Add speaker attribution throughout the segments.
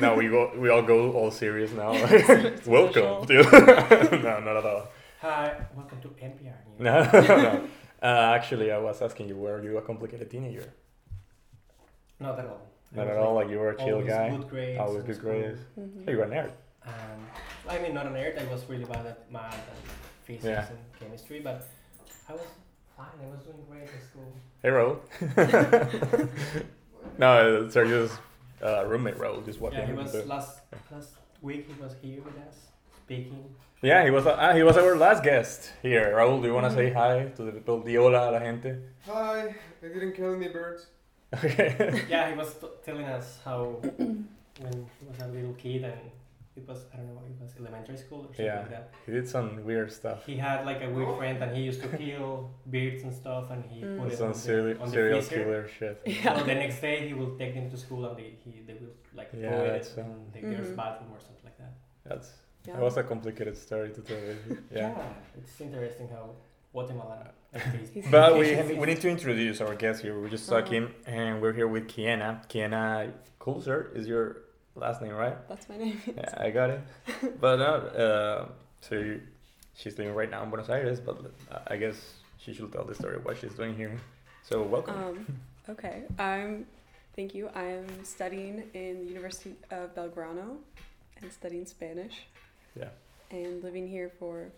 Speaker 1: no, we go, we all go all serious now.
Speaker 2: Special.
Speaker 1: welcome, dude. no, not at all.
Speaker 2: Hi, welcome to NPR. News.
Speaker 1: No, no. Uh, actually, I was asking you, were you a complicated teenager?
Speaker 2: Not at all. I
Speaker 1: Not
Speaker 2: was
Speaker 1: at all. Like you were a chill
Speaker 2: always
Speaker 1: guy.
Speaker 2: Good grades.
Speaker 1: Always
Speaker 2: in
Speaker 1: good
Speaker 2: school.
Speaker 1: grades.
Speaker 3: Mm-hmm.
Speaker 1: You were a nerd.
Speaker 2: Um, I mean, not an nerd. I was really bad at math and physics
Speaker 1: Yeah.
Speaker 2: and chemistry, but I was fine. I was doing great at school.
Speaker 1: Hey, Raul. no, it's our just uh, roommate Raul just walked
Speaker 2: yeah,
Speaker 1: in.
Speaker 2: he was
Speaker 1: So-
Speaker 2: last last week. He was here with us speaking.
Speaker 1: yeah, he was. Uh, he was our last guest here. Raul, do you want to say hi to the people? Di hola a la gente.
Speaker 4: Hi, I didn't kill any birds.
Speaker 1: Okay.
Speaker 2: yeah, he was t- telling us how when he was a little kid and it was I don't know it was elementary school or something
Speaker 1: Yeah.
Speaker 2: like that.
Speaker 1: he did some weird stuff.
Speaker 2: He had like a weird friend and he used to kill birds and stuff and he
Speaker 3: Mm.
Speaker 2: put it on
Speaker 1: Some
Speaker 2: the,
Speaker 1: serial,
Speaker 2: on the
Speaker 1: serial
Speaker 2: freezer.
Speaker 1: killer shit.
Speaker 2: So the
Speaker 3: Yeah.
Speaker 2: next day he will take them to school and they he they will like
Speaker 1: Yeah,
Speaker 2: throw it
Speaker 1: that's,
Speaker 2: in
Speaker 1: um,
Speaker 2: the girls'
Speaker 3: Mhm.
Speaker 2: bathroom or something like that.
Speaker 1: That's
Speaker 3: Yeah.
Speaker 1: that was a complicated story to tell. Yeah.
Speaker 2: it's interesting how Guatemala. education-
Speaker 1: But we,
Speaker 2: education
Speaker 1: we
Speaker 2: system-
Speaker 1: need to introduce our guest here. We just saw him, and we're here with Kiana. Kiana Kulzer is your last name, right?
Speaker 3: That's my name.
Speaker 1: Yeah, I got it. But uh, uh, so you, she's living right now in Buenos Aires, but uh, I guess she should tell the story of what she's doing here. So welcome.
Speaker 3: Um, okay. I'm. Thank you. I am studying in the University of Belgrano, and studying Spanish.
Speaker 1: Yeah.
Speaker 3: And living here for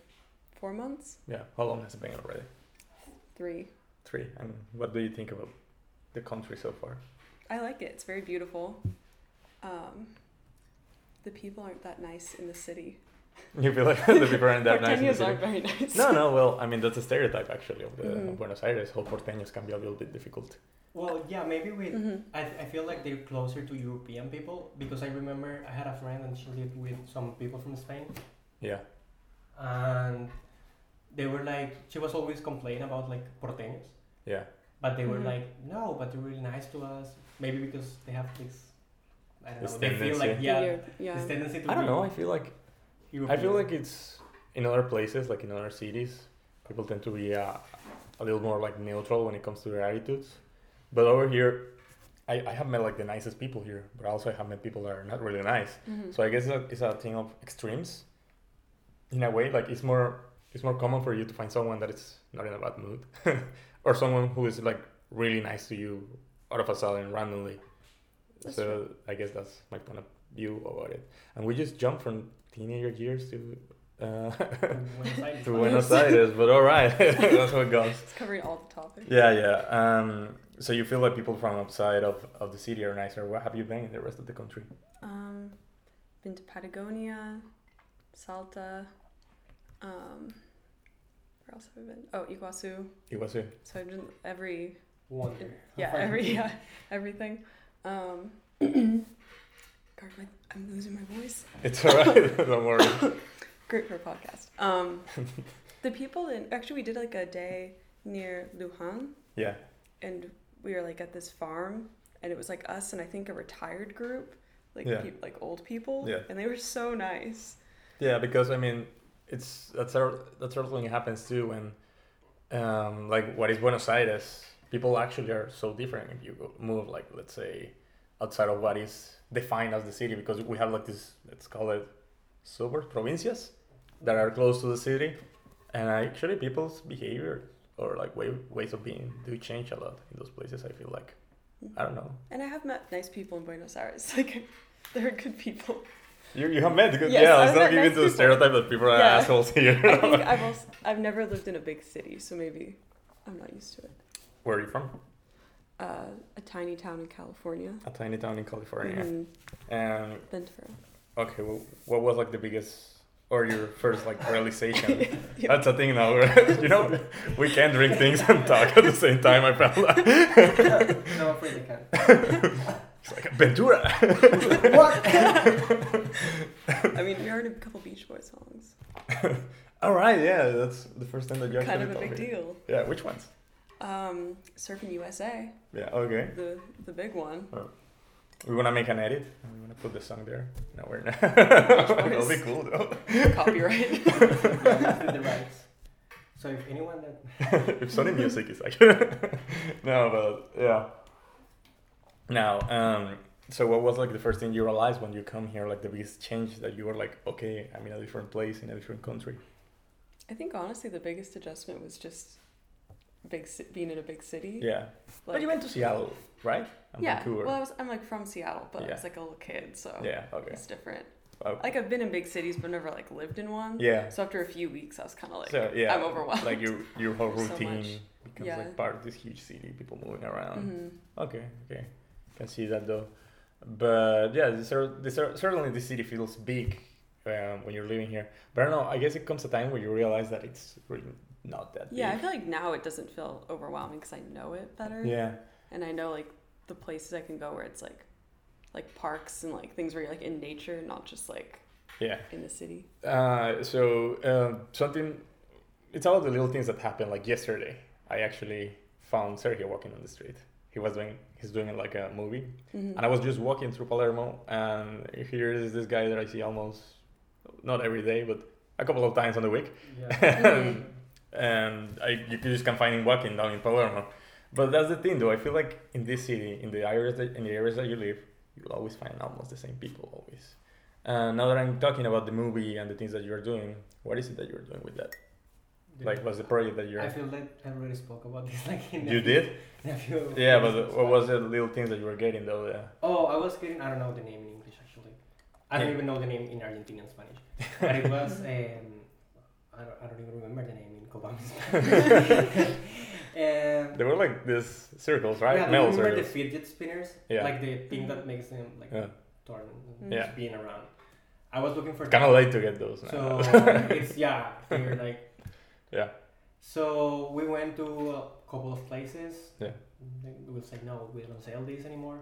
Speaker 3: four months,
Speaker 1: yeah, how long has it been already?
Speaker 3: three.
Speaker 1: Three. And what do you think about the country so far?
Speaker 3: I like it. It's very beautiful. Um, the people aren't that nice in the city.
Speaker 1: You feel like the people aren't that nice. in the
Speaker 3: Porteños
Speaker 1: city?
Speaker 3: aren't very nice.
Speaker 1: No, no. Well, I mean that's a stereotype actually of the
Speaker 3: Mhm.
Speaker 1: of Buenos Aires. Whole porteños can be a little bit difficult.
Speaker 2: Well, yeah, maybe we.
Speaker 1: Mm-hmm.
Speaker 3: Mhm.
Speaker 2: I, I feel like they're closer to European people because I remember I had a friend and she lived with some people from Spain
Speaker 1: Yeah.
Speaker 2: and they were like she was always complaining about like porteños
Speaker 1: Yeah.
Speaker 2: but they were
Speaker 1: Mm-hmm.
Speaker 3: Mhm.
Speaker 2: like no but they're really nice to us maybe because they have this I don't
Speaker 1: This
Speaker 2: know they feel like
Speaker 1: tendency.
Speaker 2: yeah
Speaker 3: Europe-
Speaker 2: this
Speaker 3: Yeah.
Speaker 2: tendency to
Speaker 1: I don't
Speaker 2: be
Speaker 1: know. I feel like I
Speaker 2: European.
Speaker 1: feel like it's in other places, like in other cities, people tend to be uh, a little more like neutral when it comes to their attitudes. But over here, I, I have met like the nicest people here, but also I have met people that are not really nice.
Speaker 3: Mhm.
Speaker 1: So I guess it's a, it's a thing of extremes. In a way, like it's more it's more common for you to find someone that is not in a bad mood, or someone who is like really nice to you out of a sudden randomly.
Speaker 3: That's
Speaker 1: so I guess that's my point of view about it. And we just jumped from teenager years to uh,
Speaker 2: Buenos Aires.
Speaker 1: to Buenos Aires, but all right, that's what goes.
Speaker 3: It's covering all the topics.
Speaker 1: Yeah, yeah. Um, so you feel like people from outside of, of the city are nicer. Where have you been in the rest of the country?
Speaker 3: Um, been to Patagonia, Salta. Um, where else have I been? Oh, Iguazu.
Speaker 1: Iguazu.
Speaker 3: So I've been every
Speaker 2: Wonder.
Speaker 3: yeah every yeah everything. Um, God, my, I'm losing my voice.
Speaker 1: It's all right. Don't worry.
Speaker 3: Great for a podcast. Um, the people in actually we did like a day near Lujan
Speaker 1: Yeah.
Speaker 3: and we were like at this farm and it was like us and I think a retired group like
Speaker 1: Yeah.
Speaker 3: peop like old people
Speaker 1: Yeah.
Speaker 3: and they were so nice.
Speaker 1: Yeah, because I mean, it's that's our that's our thing happens too when, um, like what is Buenos Aires? People actually are so different if you go- move like let's say outside of what is defined as the city because we have like this let's call it suburbs provincias that are close to the city, and actually people's behavior or like way, ways of being do change a lot in those places. I feel like I don't know.
Speaker 3: And I have met nice people in Buenos Aires. Like they're good people.
Speaker 1: You, you have met good
Speaker 3: Yes,
Speaker 1: yeah.
Speaker 3: I've
Speaker 1: Let's not
Speaker 3: met
Speaker 1: give
Speaker 3: nice
Speaker 1: into the
Speaker 3: people.
Speaker 1: stereotype that people are
Speaker 3: Yeah.
Speaker 1: assholes here.
Speaker 3: I think I've also I've never lived in a big city, so maybe I'm not used to it.
Speaker 1: Where are you from?
Speaker 3: Uh, a tiny town in California.
Speaker 1: a tiny town in California.
Speaker 3: Mhm.
Speaker 1: And
Speaker 3: Been to-
Speaker 1: okay, well, what was like the biggest or your first like realization?
Speaker 3: Yeah.
Speaker 1: That's a thing now. you know, we can drink things and talk at the same time. I felt like
Speaker 2: no, I'm afraid they can't.
Speaker 1: it's like Ventura.
Speaker 3: I mean, we heard a couple Beach Boy songs.
Speaker 1: All right, yeah, that's the first time that you actually
Speaker 3: kind of a
Speaker 1: told
Speaker 3: big
Speaker 1: me.
Speaker 3: deal.
Speaker 1: Yeah, which ones?
Speaker 3: Um, Surfing USA,
Speaker 1: Yeah, okay.
Speaker 3: the the big one.
Speaker 1: We wanna make an edit. and We wanna put the song there. No, we're not. It'll be cool though.
Speaker 3: Copyright.
Speaker 2: Yeah, with the rights. So if anyone that
Speaker 1: if Sony Music is like no, but yeah. Now, um, So what was like the first thing you realized when you come here, like the biggest change that you were like, okay, I'm in a different place, in a different country?
Speaker 3: I think honestly, the biggest adjustment was just big ci- being in a big city.
Speaker 1: Yeah. but you went to Seattle, right? And
Speaker 3: yeah.
Speaker 1: Vancouver.
Speaker 3: Well, I was I'm like from Seattle, but I
Speaker 1: Yeah.
Speaker 3: was like a little kid, so
Speaker 1: yeah, okay.
Speaker 3: it's different.
Speaker 1: Okay.
Speaker 3: Like I've been in big cities, but never like lived in one.
Speaker 1: yeah.
Speaker 3: So after a few weeks, I was kind of like,
Speaker 1: so yeah.
Speaker 3: I'm overwhelmed.
Speaker 1: Like your your whole
Speaker 3: There's so
Speaker 1: routine
Speaker 3: much.
Speaker 1: becomes
Speaker 3: Yeah.
Speaker 1: like part of this huge city, people moving around.
Speaker 3: Mhm.
Speaker 1: Okay, okay, can see that though. But yeah, this are, this are, certainly the city feels big um, when you're living here. But I don't know. I guess it comes a time where you realize that it's really not that
Speaker 3: Yeah, I
Speaker 1: big.
Speaker 3: feel like now it doesn't feel overwhelming because I know it better.
Speaker 1: Yeah,
Speaker 3: And I know like the places I can go where it's like, like parks and like things where you're like in nature, not just like
Speaker 1: yeah.
Speaker 3: in the city.
Speaker 1: Uh, so um, something it's all the little things that happened like yesterday i actually found sergio walking on the street he was doing he's doing like a movie
Speaker 3: Mhm.
Speaker 1: and i was just walking through palermo and here is this guy that i see almost not every day but a couple of times on the week
Speaker 2: Yeah.
Speaker 1: and I, you just can find him walking down in palermo but that's the thing though i feel like in this city in the areas that, in the areas that you live you'll always find almost the same people always uh, now that i'm talking about the movie and the things that you're doing what is it that you're doing with that like what's the project that
Speaker 2: I
Speaker 1: you're
Speaker 2: feel like I already spoke about this. Like in a
Speaker 1: you
Speaker 2: few-
Speaker 1: did
Speaker 2: in a few-
Speaker 1: yeah but what was the little things that you were getting though yeah.
Speaker 2: Oh, I was getting. I don't know the name in English actually. I don't
Speaker 1: Yeah.
Speaker 2: even know the name in Argentinian Spanish. But it was. Um, I don't. I don't even remember the name in Cobam Spanish. um,
Speaker 1: they were like these circles right
Speaker 2: Yeah, do you
Speaker 1: metal
Speaker 2: remember the
Speaker 1: circles
Speaker 2: fidget spinners?
Speaker 1: Yeah.
Speaker 2: Like the thing that makes them like
Speaker 1: Yeah.
Speaker 2: turn and
Speaker 3: Mm.
Speaker 1: Yeah.
Speaker 2: spin around. I was looking for
Speaker 1: kind of late to get those
Speaker 2: So
Speaker 1: now.
Speaker 2: it's yeah, they're like
Speaker 1: Yeah.
Speaker 2: So we went to a couple of places.
Speaker 1: Yeah.
Speaker 2: They will say no, we don't sell these anymore.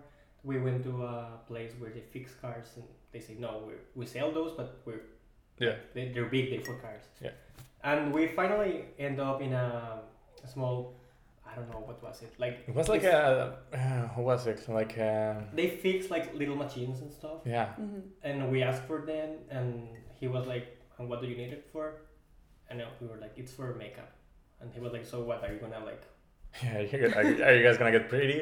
Speaker 2: We went to a place where they fix cars and they say no, we we sell those, but we're
Speaker 1: yeah
Speaker 2: they, they're big, they're for cars.
Speaker 1: Yeah.
Speaker 2: And we finally end up in a, a small, I don't know what was it like.
Speaker 1: It was like
Speaker 2: it's-
Speaker 1: a uh, what was it like um,
Speaker 2: They fix like little machines and stuff.
Speaker 1: yeah
Speaker 3: Mhm.
Speaker 2: and we asked for them and he was like and what do you need it for and uh, we were like it's for makeup and he was like so what are you gonna like
Speaker 1: yeah you're, are, you- are you guys gonna get pretty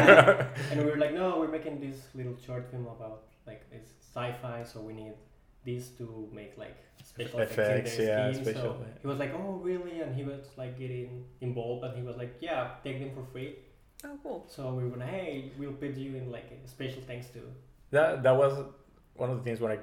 Speaker 2: and we were like no we're making this little short film about like it's sci-fi so we need these to make like special effects,
Speaker 1: Effects,
Speaker 2: in their
Speaker 1: yeah,
Speaker 2: skin.
Speaker 1: special,
Speaker 2: so
Speaker 1: yeah.
Speaker 2: he was like oh really and he was like getting involved and he was like yeah take them for free
Speaker 3: Oh, cool.
Speaker 2: so we were like hey we'll put you in like a special thanks to
Speaker 1: that that was one of the things when I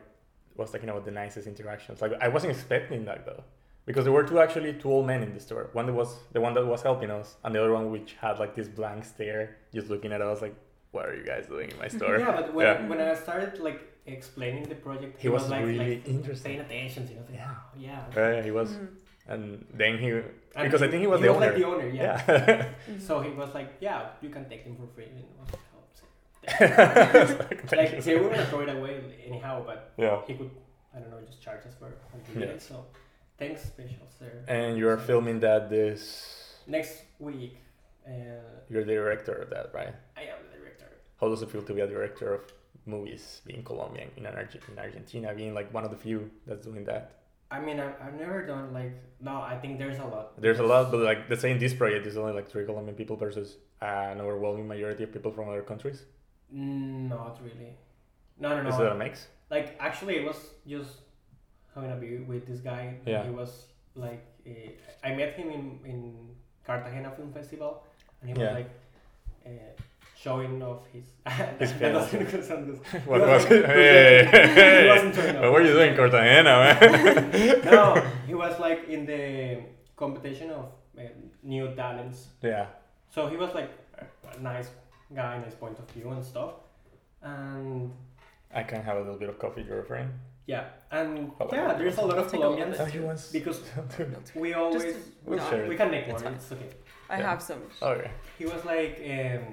Speaker 1: was talking about the nicest interactions like I wasn't expecting that though because there were two actually two old men in the store one that was the one that was helping us and the other one which had like this blank stare just looking at us like what are you guys doing in my store
Speaker 2: yeah but when,
Speaker 3: Yeah.
Speaker 2: when i started like explaining the project
Speaker 1: he,
Speaker 2: he,
Speaker 1: was,
Speaker 2: like,
Speaker 1: really
Speaker 2: like paying
Speaker 1: interesting
Speaker 2: attention to you know, like,
Speaker 1: Yeah.
Speaker 2: "Oh, yeah
Speaker 1: yeah he was
Speaker 3: Mhm.
Speaker 1: and then he
Speaker 2: And
Speaker 1: because I think he was the
Speaker 2: like
Speaker 1: owner.
Speaker 2: the owner, yeah.
Speaker 1: yeah,
Speaker 3: Mhm.
Speaker 2: So he was like, yeah, you can take them for free. And I was like, "Oh,
Speaker 1: It's like,
Speaker 2: sick."
Speaker 1: thank you,
Speaker 2: like they
Speaker 1: sir.
Speaker 2: were gonna throw it away anyhow, but
Speaker 1: yeah
Speaker 2: he could, I don't know, just charge us for for
Speaker 1: Yeah.
Speaker 2: it. So thanks, special sir.
Speaker 1: and you are filming that this
Speaker 2: Next week, uh,
Speaker 1: you're the director of that right
Speaker 2: I am the director.
Speaker 1: how does it feel to be a director of movies being Colombian in, Arge- in Argentina being like one of the few that's doing that
Speaker 2: I mean, I've, I've never done like no. I think there's a lot.
Speaker 1: there's a lot but like let's say in this project there's only like three Colombian people versus an overwhelming majority of people from other countries
Speaker 2: Mm, Not really. No, no, no.
Speaker 1: is that a mix
Speaker 2: like actually it was just having a beer with this guy
Speaker 1: Yeah.
Speaker 2: he was like uh, i met him in, in cartagena film festival and he
Speaker 1: Yeah.
Speaker 2: was like uh, showing off his
Speaker 1: His
Speaker 2: that
Speaker 1: films.
Speaker 2: doesn't sound good.
Speaker 1: what
Speaker 2: was
Speaker 1: was
Speaker 2: like-
Speaker 1: it hey,
Speaker 2: He wasn't turned
Speaker 1: what
Speaker 2: up.
Speaker 1: were you doing in Cartagena man
Speaker 2: no he was like in the competition of uh, new talents
Speaker 1: yeah
Speaker 2: so he was like a nice guy nice point of view and stuff and
Speaker 1: I can have a little bit of coffee you're referring
Speaker 2: yeah and
Speaker 1: Oh,
Speaker 2: yeah there's a lot of
Speaker 3: Take a look
Speaker 2: colombians
Speaker 3: at it.
Speaker 1: want
Speaker 2: because
Speaker 1: to-
Speaker 2: we
Speaker 3: Just
Speaker 2: always
Speaker 3: to-
Speaker 1: We'll
Speaker 3: no,
Speaker 1: share it.
Speaker 2: we can make
Speaker 3: It's
Speaker 2: more
Speaker 3: fine.
Speaker 2: it's okay
Speaker 3: I
Speaker 1: Yeah. Oh,
Speaker 3: have some.
Speaker 1: okay
Speaker 2: he was like um,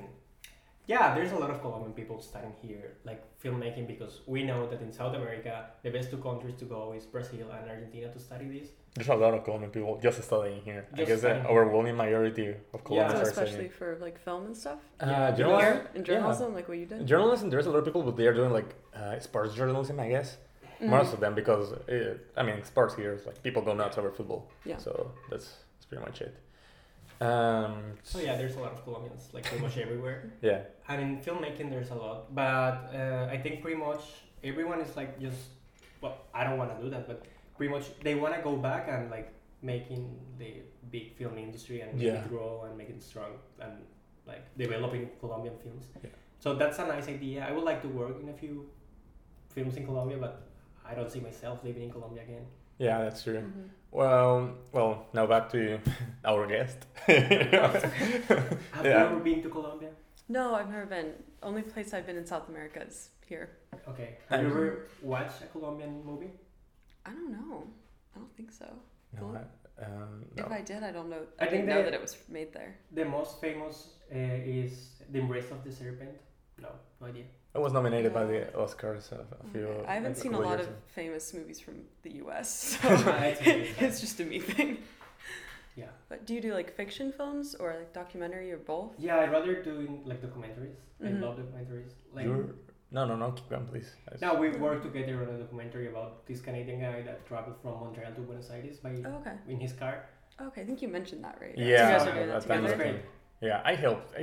Speaker 2: yeah there's a lot of colombian people studying here like filmmaking because we know that in south america the best two countries to go is brazil and argentina to study this
Speaker 1: there's a lot of Colombian people just studying here I
Speaker 2: Just
Speaker 1: guess the
Speaker 2: studying.
Speaker 1: overwhelming majority of Colombians
Speaker 3: So
Speaker 1: are
Speaker 3: especially
Speaker 1: studying
Speaker 3: for like film and stuff.
Speaker 2: Yeah,
Speaker 1: uh, you know what?
Speaker 3: Here in
Speaker 1: Yeah.
Speaker 3: journalism, like what you did.
Speaker 1: journalism there's a lot of people but they're doing like uh, sports journalism i guess
Speaker 3: Mhm.
Speaker 1: most of them because uh, i mean sports here is like people go nuts over football
Speaker 3: Yeah.
Speaker 1: so that's, that's pretty much it Um,
Speaker 2: So yeah, there's a lot of Colombians, like pretty much everywhere.
Speaker 1: yeah.
Speaker 2: And in filmmaking, there's a lot, but uh, I think pretty much everyone is like just, well, I don't want to do that, but pretty much they want to go back and like making the big film industry and make
Speaker 1: Yeah.
Speaker 2: it grow and make it strong and like developing Colombian films.
Speaker 1: Yeah.
Speaker 2: So that's a nice idea. I would like to work in a few films in Colombia, but I don't see myself living in Colombia again.
Speaker 1: Yeah, that's true.
Speaker 3: Mhm.
Speaker 1: Well, well, now back to our guest.
Speaker 2: Have
Speaker 1: Yeah.
Speaker 2: you ever been to Colombia?
Speaker 3: No, I've never been. Only place I've been in South America is here.
Speaker 2: Okay. Have you
Speaker 1: Um,
Speaker 2: ever watched a Colombian movie?
Speaker 3: I don't know. I don't think so.
Speaker 1: No, I, um, no.
Speaker 3: If I did, I don't know.
Speaker 2: I
Speaker 3: I,
Speaker 2: think
Speaker 3: didn't know
Speaker 2: they-
Speaker 3: that it was made there.
Speaker 2: The most famous uh, is The Embrace of the Serpent. No, no idea.
Speaker 1: I was nominated by the Oscars a, a few.
Speaker 3: Okay. I haven't
Speaker 1: a
Speaker 3: seen a
Speaker 1: couple
Speaker 3: lot
Speaker 1: years
Speaker 3: of
Speaker 1: ago.
Speaker 3: famous movies from the U.S. So
Speaker 2: It's a movie,
Speaker 3: it's just a me thing.
Speaker 2: Yeah.
Speaker 3: But do you do like fiction films or like documentary or both?
Speaker 2: Yeah, I'd rather do like documentaries.
Speaker 3: Mhm.
Speaker 2: I love documentaries. Like
Speaker 1: You're- No, no, no. Keep going, please. I-
Speaker 2: now we worked together on a documentary about this Canadian guy that traveled from Montreal to Buenos Aires by
Speaker 3: Oh, okay.
Speaker 2: in his car.
Speaker 3: Okay, I think you mentioned that, right?
Speaker 1: Yeah,
Speaker 3: You guys are doing
Speaker 1: that
Speaker 3: that
Speaker 1: time
Speaker 2: That's
Speaker 1: was
Speaker 3: together.
Speaker 2: great.
Speaker 1: Yeah, I helped. I,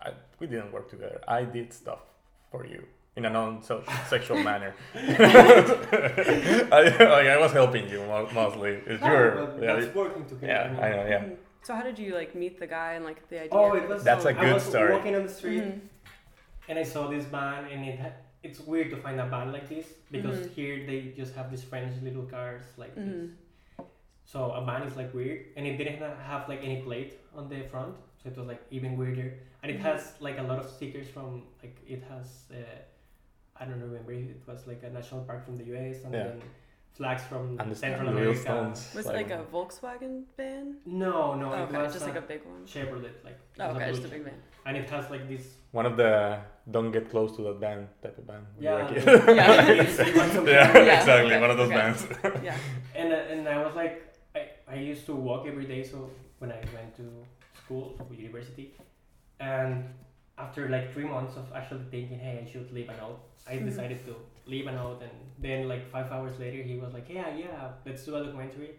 Speaker 1: I, we didn't work together. I did stuff for you in a non-sexual manner. I, like, I was helping you mo- mostly. It's
Speaker 2: No,
Speaker 1: your,
Speaker 2: but
Speaker 1: yeah,
Speaker 2: that's working together.
Speaker 1: yeah, I know, yeah.
Speaker 3: Mhm. So how did you like meet the guy and like the idea?
Speaker 2: Oh,
Speaker 3: for
Speaker 2: it
Speaker 3: the
Speaker 2: was.
Speaker 1: That's a
Speaker 3: film?
Speaker 2: I
Speaker 1: good
Speaker 2: was
Speaker 1: story.
Speaker 2: walking on the street
Speaker 3: Mhm.
Speaker 2: and I saw this band, and it ha- it's weird to find a band like this because
Speaker 3: Mhm.
Speaker 2: here they just have these French little cars like this.
Speaker 3: Mhm.
Speaker 2: So a band is like weird, and it didn't ha- have like any plate on the front, so it was like even weirder. And it
Speaker 3: Mhm.
Speaker 2: has like a lot of stickers from like it has uh, I don't remember if it was like a national park from the U.S. and
Speaker 1: Yeah.
Speaker 2: then flags from
Speaker 1: Understand
Speaker 2: Central
Speaker 1: the real
Speaker 2: America.
Speaker 1: stones.
Speaker 3: Was it like a Volkswagen van?
Speaker 2: No, no,
Speaker 3: Oh,
Speaker 2: it
Speaker 3: okay,
Speaker 2: was uh,
Speaker 3: just like a
Speaker 2: a
Speaker 3: big one.
Speaker 2: Chevrolet, like it
Speaker 3: Oh,
Speaker 2: was
Speaker 3: okay,
Speaker 2: blue
Speaker 3: just a
Speaker 2: Chevrolet.
Speaker 3: big van.
Speaker 2: And it has like this.
Speaker 1: one of the don't get close to that band type of band.
Speaker 2: Yeah,
Speaker 1: Like-
Speaker 3: Yeah.
Speaker 1: yeah,
Speaker 3: Yeah,
Speaker 1: exactly.
Speaker 3: okay,
Speaker 1: One of those
Speaker 3: okay.
Speaker 1: bands.
Speaker 3: Yeah.
Speaker 2: and uh, and I was like, I, I used to walk every day. So when I went to school, to university, and after like three months of actually thinking, hey, I should leave a note, I
Speaker 3: Mhm.
Speaker 2: decided to leave a note. And then like five hours later, he was like, yeah, yeah, let's do a documentary.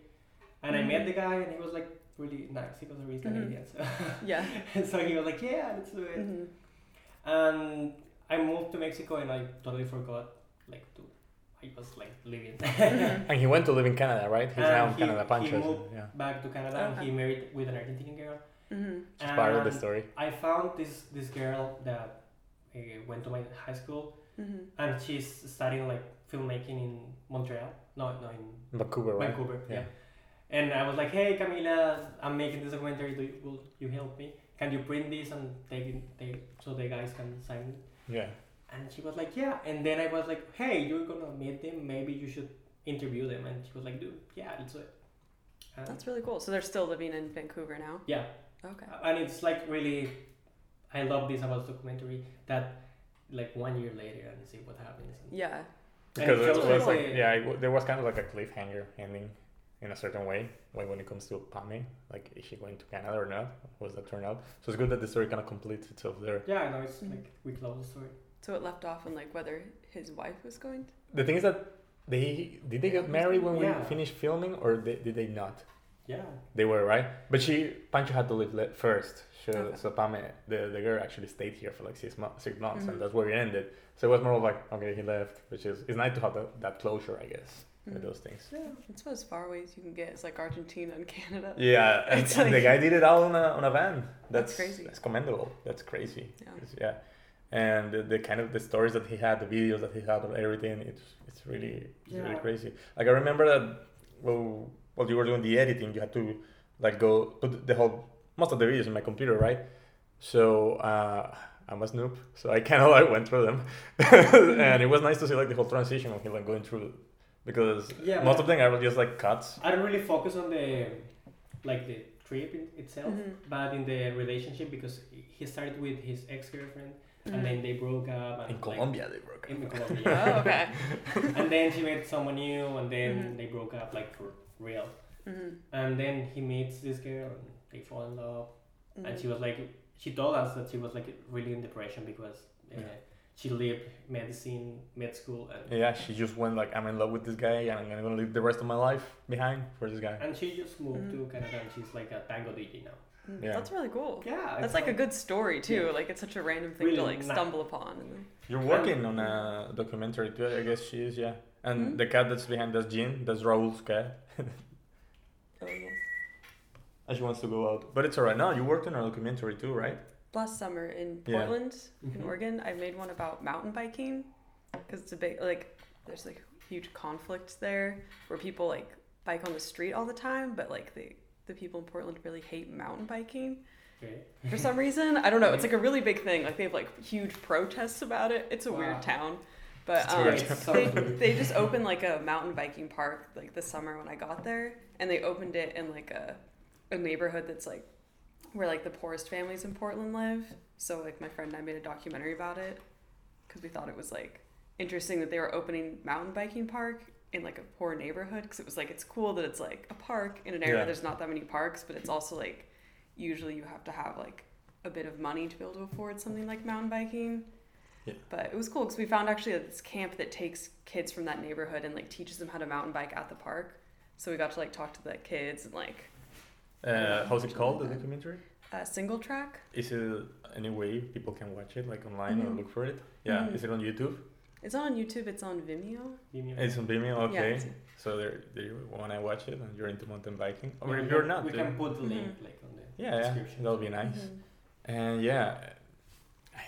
Speaker 2: And I met
Speaker 3: Mhm.
Speaker 2: the guy, and he was like really nice. He was really
Speaker 3: Mhm.
Speaker 2: Canadian, so
Speaker 3: Yeah.
Speaker 2: and so he was like, yeah, let's do it.
Speaker 3: hmm
Speaker 2: And I moved to Mexico, and I totally forgot like to. I was like living.
Speaker 1: And he went to live in Canada, right? He's
Speaker 2: And
Speaker 1: now in
Speaker 2: Uh, he-
Speaker 1: Canada,
Speaker 2: he
Speaker 1: Pancho.
Speaker 2: moved-
Speaker 1: Yeah.
Speaker 2: back to Canada and
Speaker 3: Okay.
Speaker 2: he married with an Argentinian girl.
Speaker 3: hmm
Speaker 1: It's part of the
Speaker 2: And
Speaker 1: story.
Speaker 2: I found this this girl that uh, went to my high school
Speaker 3: hmm
Speaker 2: and she's studying like filmmaking in Montreal. No, no, in
Speaker 1: Vancouver, right?
Speaker 2: Vancouver. Yeah.
Speaker 1: Yeah.
Speaker 2: And I was like, hey, Camila, I'm making this documentary. Do you, will you help me? Can you print this and take it take, so the guys can sign it?
Speaker 1: Yeah.
Speaker 2: And she was like, yeah. And then I was like, hey, you're gonna meet them. Maybe you should interview them. And she was like, dude, yeah, let's do it. And
Speaker 3: That's really cool. So they're still living in Vancouver now.
Speaker 2: Yeah.
Speaker 3: Okay.
Speaker 2: and it's like really i love this about documentary that like one year later and see what happens
Speaker 3: Yeah.
Speaker 2: And
Speaker 1: Because
Speaker 2: it
Speaker 1: it
Speaker 2: shows
Speaker 1: was
Speaker 2: the-
Speaker 1: like, yeah, it, w- there was kind of like a cliffhanger ending in a certain way when, when it comes to Pame. Like, is she going to Canada or not? How does that turn out? So it's good that the story kind of completes itself there.
Speaker 2: yeah i know it's
Speaker 3: Mm.
Speaker 2: like we close the story
Speaker 3: So it left off on like whether his wife was going. To...
Speaker 1: The thing is that they did they get married when
Speaker 2: Yeah.
Speaker 1: we finished filming or they, did they not?
Speaker 2: yeah
Speaker 1: They were right, but she Pancho had to leave le- first. She,
Speaker 3: Okay.
Speaker 1: So Pame, the, the girl, actually stayed here for like six months, six months,
Speaker 3: Mhm.
Speaker 2: Mm-hmm.
Speaker 1: and that's where it ended. So it was more of like, okay, he left, which is it's nice to have that, that closure, I guess, with
Speaker 3: Mhm.
Speaker 2: Mm-hmm.
Speaker 1: those things.
Speaker 3: It's about as far away as you can get. It's like Argentina and Canada.
Speaker 1: Yeah, and,
Speaker 3: It's
Speaker 1: and the
Speaker 3: like-
Speaker 1: guy did it all on a on a van. That's,
Speaker 3: That's crazy.
Speaker 1: That's commendable. That's crazy.
Speaker 3: Yeah.
Speaker 1: It's- Yeah, and the, the kind of the stories that he had, the videos that he had, and everything. It's it's really it's really
Speaker 2: Yeah.
Speaker 1: crazy. Like I remember that well, while you were doing the editing, you had to like go put the whole most of the videos in my computer, right? So uh, I'm a snoop, so I kind of like went through them, and it was nice to see like the whole transition of him like going through, because
Speaker 2: Yeah,
Speaker 1: most
Speaker 2: but-
Speaker 1: of them are just like cuts.
Speaker 2: i don't really focus on the like the trip in itself
Speaker 3: Mhm.
Speaker 2: but in the relationship because he started with his ex-girlfriend
Speaker 3: Mhm.
Speaker 2: and then they broke up and
Speaker 1: In
Speaker 2: like,
Speaker 1: Colombia, they broke.
Speaker 2: in Colombia
Speaker 3: Oh, okay.
Speaker 2: and then she met someone new and then
Speaker 3: Mhm.
Speaker 2: they broke up like for real
Speaker 3: Mhm.
Speaker 2: and then he meets this girl and they fall in love
Speaker 3: Mm-hmm. Mm.
Speaker 2: and she was like she told us that she was like really in depression because uh,
Speaker 1: Yeah.
Speaker 2: she lived medicine med school and
Speaker 1: Yeah, she just went like, I'm in love with this guy, and I'm gonna live the rest of my life behind for this guy.
Speaker 2: and she just moved
Speaker 3: Mhm.
Speaker 2: to canada and she's like a tango dj now
Speaker 3: Mm,
Speaker 1: Yeah.
Speaker 3: That's really cool.
Speaker 2: Yeah,
Speaker 3: That's
Speaker 2: it's
Speaker 3: like a good story too.
Speaker 2: Yeah.
Speaker 3: Like it's such a random thing
Speaker 2: Really
Speaker 3: to like
Speaker 2: nice.
Speaker 3: stumble upon. And,
Speaker 1: You're working on a documentary too. I guess she is, yeah. And
Speaker 3: Mhm.
Speaker 1: the cat that's behind that's Jean. That's Raul's cat.
Speaker 3: oh, yes.
Speaker 1: And she wants to go out, but it's alright. Now you worked on a documentary too, right?
Speaker 3: Last summer in
Speaker 1: Yeah.
Speaker 3: Portland, in
Speaker 1: Mm-hmm.
Speaker 2: Mhm.
Speaker 3: Oregon, I made one about mountain biking because it's a big like there's like huge conflict there where people like bike on the street all the time, but like the the people in Portland really hate mountain biking
Speaker 2: Okay.
Speaker 3: for some reason. I don't know. It's like a really big thing. Like they have like huge protests about it. It's a
Speaker 2: Wow.
Speaker 3: weird town. But
Speaker 1: It's
Speaker 3: um,
Speaker 1: weird.
Speaker 2: It's so
Speaker 3: they,
Speaker 2: weird.
Speaker 3: they just opened like a mountain biking park like this summer when I got there, and they opened it in like a a neighborhood that's like where like the poorest families in Portland live. So like my friend and I made a documentary about it because we thought it was like interesting that they were opening mountain biking park in like a poor neighborhood because it was like it's cool that it's like a park in an area
Speaker 1: Yeah.
Speaker 3: there's not that many parks, but it's also like usually you have to have like a bit of money to be able to afford something like mountain biking.
Speaker 1: Yeah.
Speaker 3: But it was cool because we found actually this camp that takes kids from that neighborhood and like teaches them how to mountain bike at the park. So we got to like talk to the kids and like
Speaker 1: Uh, how's it called? The documentary?
Speaker 3: uh, single track.
Speaker 1: Is it any way people can watch it, like online or
Speaker 3: Mhm.
Speaker 1: look for it? Yeah.
Speaker 3: Mhm.
Speaker 1: Is it on YouTube?
Speaker 3: It's not on YouTube. It's on Vimeo.
Speaker 2: Vimeo.
Speaker 1: It's on Vimeo.
Speaker 3: Yeah,
Speaker 1: Okay.
Speaker 3: it's-
Speaker 1: so there, there you want to watch it, and you're into mountain biking,
Speaker 2: Yeah,
Speaker 1: or
Speaker 2: we
Speaker 1: if you're
Speaker 2: can-
Speaker 1: not,
Speaker 2: we
Speaker 1: then-
Speaker 2: can put the link
Speaker 3: Mhm.
Speaker 2: like on the
Speaker 1: yeah, yeah,
Speaker 2: description.
Speaker 1: that'll be nice.
Speaker 3: Mhm.
Speaker 1: And yeah,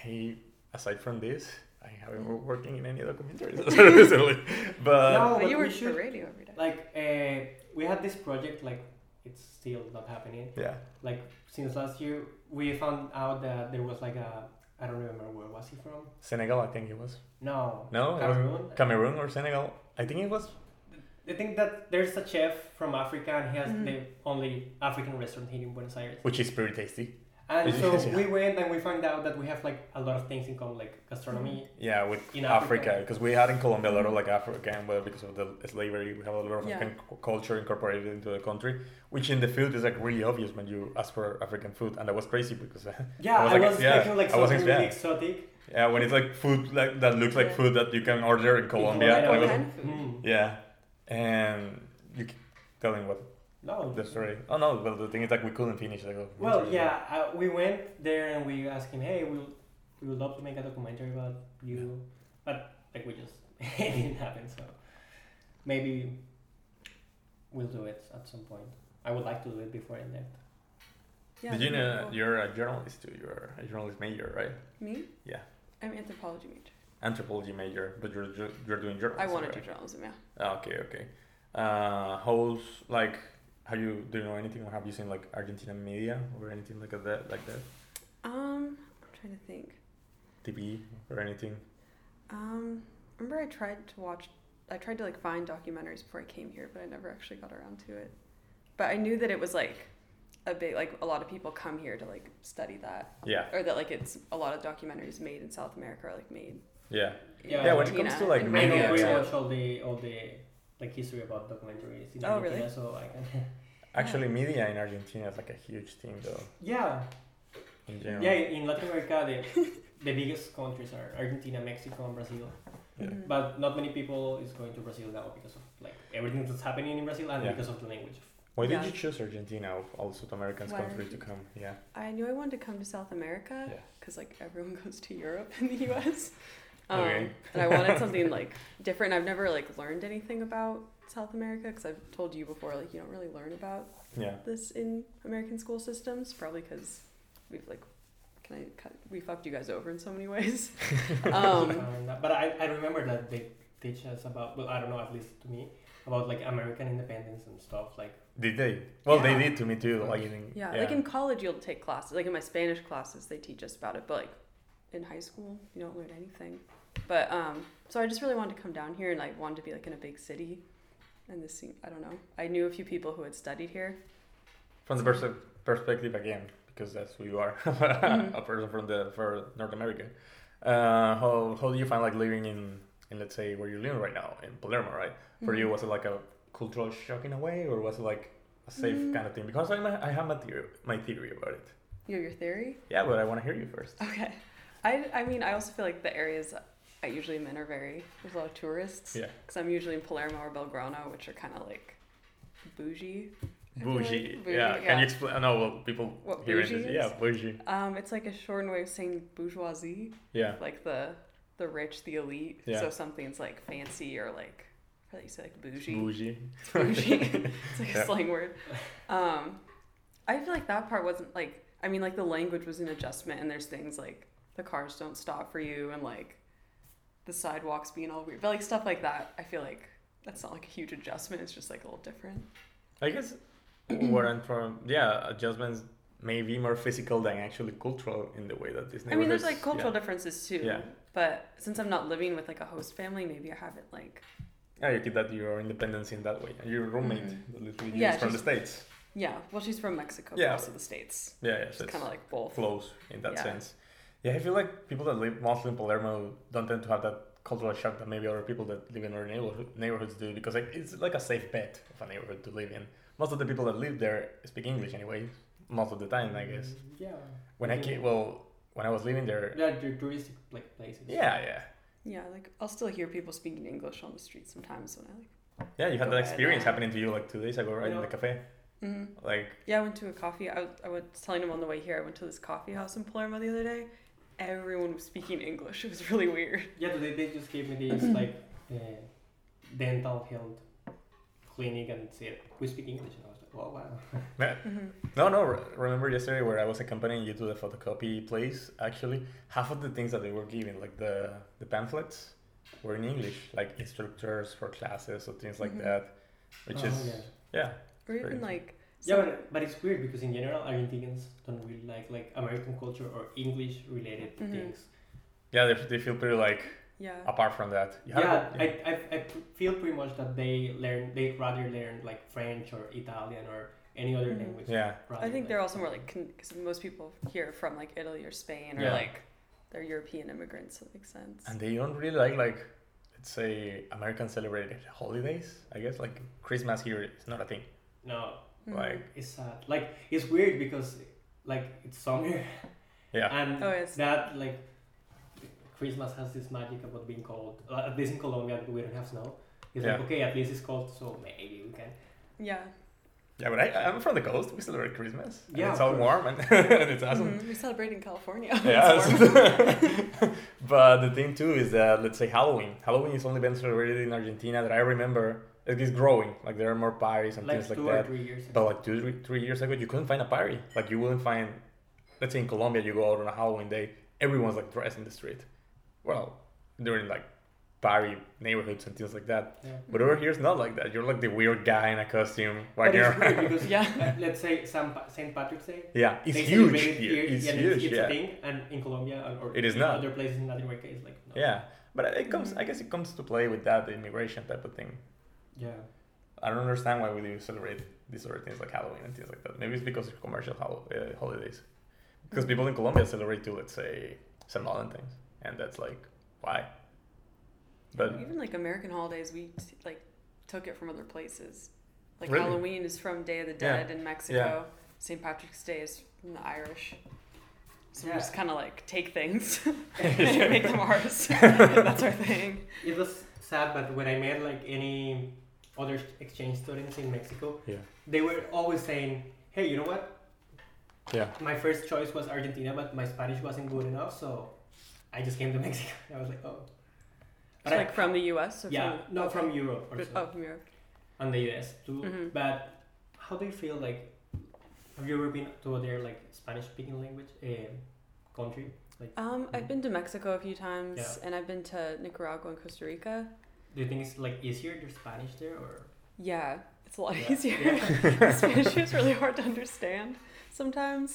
Speaker 1: I aside from this, I haven't been working in any documentaries recently. But
Speaker 2: No,
Speaker 3: Oh, But
Speaker 2: but
Speaker 3: you
Speaker 2: we
Speaker 3: work for
Speaker 2: should-
Speaker 3: radio every day.
Speaker 2: Like uh, we had this project, like it's still not happening.
Speaker 1: yeah,
Speaker 2: Like since last year, we found out that there was like a I don't remember where was he from.
Speaker 1: Senegal, I think it was
Speaker 2: No,
Speaker 1: No, it was-
Speaker 2: Cameroon.
Speaker 1: Cameroon or Senegal. I think it was.
Speaker 2: I think that there's a chef from Africa, and he has
Speaker 3: Mhm.
Speaker 2: the only African restaurant here in Buenos Aires.
Speaker 1: Which is pretty tasty.
Speaker 2: And so
Speaker 1: Yeah.
Speaker 2: we went and we found out that we have like a lot of things in common, like gastronomy.
Speaker 1: Yeah, with
Speaker 2: In
Speaker 1: Africa,
Speaker 2: Africa.
Speaker 1: because we had in Colombia a lot of like African, well, because of the slavery, we have a lot of
Speaker 3: Yeah.
Speaker 1: African cu- culture incorporated into the country, which in the food is like really obvious when you ask for African food, and that was crazy because I
Speaker 2: Yeah, I
Speaker 1: was
Speaker 2: was,
Speaker 1: like- yeah,
Speaker 2: expecting like
Speaker 1: I was
Speaker 2: something really
Speaker 1: expect-
Speaker 2: exotic.
Speaker 1: yeah, when it's like food like that looks like
Speaker 3: Yeah.
Speaker 1: food that you can order in Colombia,
Speaker 2: Colombia,
Speaker 1: and I was
Speaker 3: okay.
Speaker 1: like,
Speaker 3: Kind of food.
Speaker 2: Mm.
Speaker 1: yeah, and you keep telling what
Speaker 2: No,
Speaker 1: the story. Oh no, well the thing is like we couldn't finish. Like, oh,
Speaker 2: Well,
Speaker 1: sorry.
Speaker 2: yeah, uh, we went there and we asked him, hey, we we would love to make a documentary about you, but like we just it didn't happen. So maybe we'll do it at some point. I would like to do it before I left.
Speaker 3: Yeah,
Speaker 1: Did you
Speaker 3: that'd be
Speaker 1: know
Speaker 3: cool.
Speaker 1: you're a journalist too? You're a journalist major, right?
Speaker 3: me?
Speaker 1: Yeah.
Speaker 3: I'm anthropology major.
Speaker 1: Anthropology major, but you're ju- you're doing journalism.
Speaker 3: I want
Speaker 1: right? Ah,
Speaker 3: to do journalism. Yeah.
Speaker 1: Okay, okay. Uh, how's like? Have you do you know anything or have you seen like Argentinian media or anything like that, like that,
Speaker 3: Um, I'm trying to think.
Speaker 1: TV or anything?
Speaker 3: Um, remember I tried to watch, I tried to like find documentaries before I came here, but I never actually got around to it. But I knew that it was like a big, like a lot of people come here to like study that,
Speaker 1: Yeah,
Speaker 3: or that like it's a lot of documentaries made in South America are like made.
Speaker 1: yeah.
Speaker 3: in
Speaker 2: Yeah,
Speaker 1: Yeah, when it
Speaker 3: Argentina
Speaker 1: comes to, like,
Speaker 3: and
Speaker 1: Maybe
Speaker 2: I
Speaker 1: media,
Speaker 2: know
Speaker 3: Brazil.
Speaker 2: pretty
Speaker 1: yeah.
Speaker 2: much all the all the like history about documentaries in
Speaker 3: Oh,
Speaker 2: Argentina,
Speaker 3: really?
Speaker 2: so I can.
Speaker 1: Actually, media in Argentina is like a huge thing though.
Speaker 2: yeah,
Speaker 1: In general.
Speaker 2: yeah. In Latin America, the the biggest countries are Argentina, Mexico, and Brazil.
Speaker 1: Yeah.
Speaker 3: Mhm.
Speaker 2: But not many people is going to Brazil now because of like everything that's happening in Brazil and
Speaker 1: Yeah.
Speaker 2: because of the language.
Speaker 1: Why did
Speaker 3: Yeah.
Speaker 1: you choose Argentina of all South American
Speaker 3: Why
Speaker 1: countries to
Speaker 3: Argentina?
Speaker 1: come? Yeah.
Speaker 3: I knew I wanted to come to South America
Speaker 1: Yeah.
Speaker 3: because like everyone goes to Europe in the U.S. Um,
Speaker 1: Okay.
Speaker 3: and I wanted something like different. I've never like learned anything about South America because I've told you before like you don't really learn about
Speaker 1: Yeah.
Speaker 3: this in American school systems, probably because we've like, can I cut? We fucked you guys over in so many ways. um,
Speaker 2: And- uh, but I, I remember that they teach us about well I don't know at least to me about like American independence and stuff like
Speaker 1: Did they? Well, they
Speaker 2: Yeah.
Speaker 1: did to me too. Like in,
Speaker 3: yeah, like in college, you'll take classes. Like in my Spanish classes, they teach us about it, but like in high school, you don't learn anything. But um, so I just really wanted to come down here and like wanted to be like in a big city. And this, seemed, I don't know. I knew a few people who had studied here.
Speaker 1: from the pers- perspective again, because that's who you are, a
Speaker 3: Mhm.
Speaker 1: person from the for North America. Uh, how how do you find like living in in let's say where you're living right now in Palermo, right? For you,
Speaker 3: Mhm.
Speaker 1: was it like a cultural shock in a way, or was it like a safe
Speaker 3: Mm.
Speaker 1: kind of thing? Because I I have my theory my theory about it.
Speaker 3: you have your theory.
Speaker 1: Yeah, but I want to hear you first.
Speaker 3: Okay. I, I mean, I also feel like the areas I usually am in are very, there's a lot of tourists.
Speaker 1: Yeah.
Speaker 3: Because I'm usually in Palermo or Belgrano, which are kind of like bougie.
Speaker 1: Bougie.
Speaker 3: Bougie,
Speaker 1: Yeah. Can
Speaker 3: yeah.
Speaker 1: you explain? No, well, people
Speaker 3: What
Speaker 1: hearing
Speaker 3: bougie
Speaker 1: this. Yeah,
Speaker 3: is?
Speaker 1: bougie.
Speaker 3: Um, it's like a shortened way of saying bourgeoisie,
Speaker 1: Yeah.
Speaker 3: like the the rich, the elite.
Speaker 1: Yeah.
Speaker 3: So something's like fancy or like probably you say like bougie.
Speaker 1: Bougie.
Speaker 3: Bougie. it's like
Speaker 1: Yeah.
Speaker 3: a slang word. Um, I feel like that part wasn't like I mean like the language was an adjustment and there's things like the cars don't stop for you and like the sidewalks being all weird, but like stuff like that. I feel like that's not like a huge adjustment. It's just like a little different.
Speaker 1: I guess what I'm from, yeah, adjustments may be more physical than actually cultural in the way that Disney.
Speaker 3: I mean, there's like cultural differences too.
Speaker 1: Yeah.
Speaker 3: But since I'm not living with like a host family, maybe I haven't like
Speaker 1: Yeah, you keep that your independence in that way. And your roommate
Speaker 3: Mhm.
Speaker 1: that lives with you
Speaker 3: Yeah,
Speaker 1: is from the
Speaker 3: she's-
Speaker 1: states.
Speaker 3: yeah. Well, she's from Mexico, but
Speaker 1: Yeah.
Speaker 3: also the states.
Speaker 1: Yeah, yeah, so
Speaker 3: It's
Speaker 1: it's
Speaker 3: kind of like both.
Speaker 1: close in that
Speaker 3: Yeah.
Speaker 1: sense. Yeah, I feel like people that live mostly in Palermo don't tend to have that cultural shock that maybe other people that live in other neighborhood, neighborhoods do because like it's like a safe bet of a neighborhood to live in. Most of the people that live there speak English anyway, most of the time, I guess.
Speaker 3: Mm.
Speaker 2: Mm, Yeah.
Speaker 1: When I
Speaker 2: Yeah.
Speaker 1: came, well, when I was living there,
Speaker 2: Yeah, the touristic like places.
Speaker 1: yeah, yeah.
Speaker 3: Yeah, like I'll still hear people speaking English on the street sometimes when I like.
Speaker 1: Yeah, you had
Speaker 3: Go
Speaker 1: that
Speaker 3: ahead.
Speaker 1: experience happening to you like two days ago, right? In
Speaker 2: Yeah.
Speaker 1: the cafe.
Speaker 2: Mm-hmm.
Speaker 3: Mhm.
Speaker 1: Like,
Speaker 3: Yeah, I went to a coffee. I, was- I was telling him on the way here. I went to this coffee house in Palermo the other day. Everyone was speaking English. It was really weird.
Speaker 2: Yeah, today they just gave me
Speaker 3: Mm-hmm.
Speaker 2: this like uh, dental health clinic and said we speak English and I was like, oh wow. Mm-hmm.
Speaker 3: Mhm.
Speaker 1: no, no. re- Remember yesterday where I was accompanying you to the photocopy place? Actually, half of the things that they were giving, like the the pamphlets, were in English, like instructors for classes or things like
Speaker 3: Mhm.
Speaker 1: that, which
Speaker 2: Mm-hmm. Oh,
Speaker 1: is
Speaker 2: yeah.
Speaker 1: yeah.
Speaker 3: Or even
Speaker 1: Strange.
Speaker 3: like
Speaker 2: Yeah,
Speaker 3: some-
Speaker 2: but, but it's weird because in general Argentinians don't really like like American culture or English related
Speaker 3: Mhm.
Speaker 2: things.
Speaker 1: yeah, they, they feel pretty like
Speaker 3: yeah,
Speaker 1: apart from that. You had a-
Speaker 2: Yeah, I, I, I feel pretty much that they learn they rather learn like French or Italian or any other
Speaker 3: Mhm.
Speaker 2: language.
Speaker 1: yeah.
Speaker 3: I
Speaker 2: rather
Speaker 3: think
Speaker 2: than-
Speaker 3: they're also more like because most people here are from like Italy or Spain or
Speaker 1: Yeah.
Speaker 3: like they're European immigrants. So it makes sense.
Speaker 1: And they don't really like like let's say American celebrated holidays. I guess like Christmas here is not a thing.
Speaker 2: no,
Speaker 3: Mhm.
Speaker 1: Like
Speaker 2: it's sad. Like it's weird because like it's summer
Speaker 1: yeah.
Speaker 2: and
Speaker 3: Oh, it's-
Speaker 2: that like Christmas has this magic about being cold. Uh, At least in Colombia, we don't have snow. It's
Speaker 1: Yeah.
Speaker 2: like okay, at least it's cold, so maybe we can.
Speaker 3: yeah,
Speaker 1: Yeah, but I, I'm from the coast. We celebrate Christmas. And
Speaker 2: Yeah,
Speaker 1: it's
Speaker 2: of
Speaker 1: all
Speaker 2: course.
Speaker 1: warm
Speaker 2: Mm-hmm.
Speaker 1: and, and it's awesome.
Speaker 3: Mhm. we celebrate in California. It's warm.
Speaker 1: Yeah. but the thing too is that let's say Halloween. Halloween is only been celebrated in Argentina that I remember. It is growing. Like there are more parties and
Speaker 2: Like
Speaker 1: things like
Speaker 2: two or
Speaker 1: that.
Speaker 2: three years. ago.
Speaker 1: But like two, three, three years ago, you couldn't find a party. Like you wouldn't find. Let's say in Colombia, you go out on a Halloween day. Everyone's like dressed in the street. Well, during like party neighborhoods and things like that.
Speaker 2: Yeah.
Speaker 1: But over here, it's not like that. You're like the weird guy in a costume.
Speaker 2: But
Speaker 1: walking
Speaker 2: it's weird
Speaker 1: around.
Speaker 2: because
Speaker 3: Yeah.
Speaker 2: uh, let's say St. Pa- St. Patrick's Day.
Speaker 1: Yeah, it's
Speaker 2: They
Speaker 1: huge
Speaker 2: celebrate it
Speaker 1: here. It's
Speaker 2: and
Speaker 1: huge.
Speaker 2: It's, it's
Speaker 1: yeah.
Speaker 2: a thing, and in Colombia and- or
Speaker 1: It is
Speaker 2: in
Speaker 1: not.
Speaker 2: other places in Latin America, it's like no.
Speaker 1: Yeah, but it comes. I guess it comes to play with that the immigration type of thing.
Speaker 2: yeah.
Speaker 1: I don't understand why we do celebrate these sort of things like Halloween and things like that. Maybe it's because of commercial hol- uh, holidays. Because people in Colombia celebrate too, let's say St. Valentine's, and that's like why. But
Speaker 3: Even like American holidays, we t- like took it from other places. Like
Speaker 1: Really?
Speaker 3: Halloween is from Day of the
Speaker 1: Yeah.
Speaker 3: Dead in Mexico. St. Patrick's Day is from the Irish. So
Speaker 2: Yeah.
Speaker 3: we just kind of like take things and make them ours. That's our thing.
Speaker 2: It was sad, but when I met like any other exchange students in Mexico,
Speaker 1: yeah,
Speaker 2: they were always saying, "Hey, you know what?
Speaker 1: yeah,
Speaker 2: My first choice was Argentina, but my Spanish wasn't good enough, so I just came to Mexico." I was like, "Oh."
Speaker 3: It's
Speaker 2: I-
Speaker 3: like from the U.S. Or
Speaker 2: yeah,
Speaker 3: from,
Speaker 2: no,
Speaker 3: okay.
Speaker 2: from Europe or
Speaker 3: But-
Speaker 2: so.
Speaker 3: Oh, from Europe.
Speaker 2: and the US too.
Speaker 3: Mhm.
Speaker 2: But how do you feel like have you ever been to other like Spanish speaking language eh, country? Like,
Speaker 1: Mm-hmm.
Speaker 3: Um, I've been to Mexico a few times,
Speaker 2: Yeah.
Speaker 3: and I've been to Nicaragua and Costa Rica.
Speaker 2: do you think it's like easier your Spanish there or
Speaker 3: Yeah, it's a lot
Speaker 2: Yeah.
Speaker 3: easier.
Speaker 2: Yeah.
Speaker 3: Spanish is really hard to understand sometimes.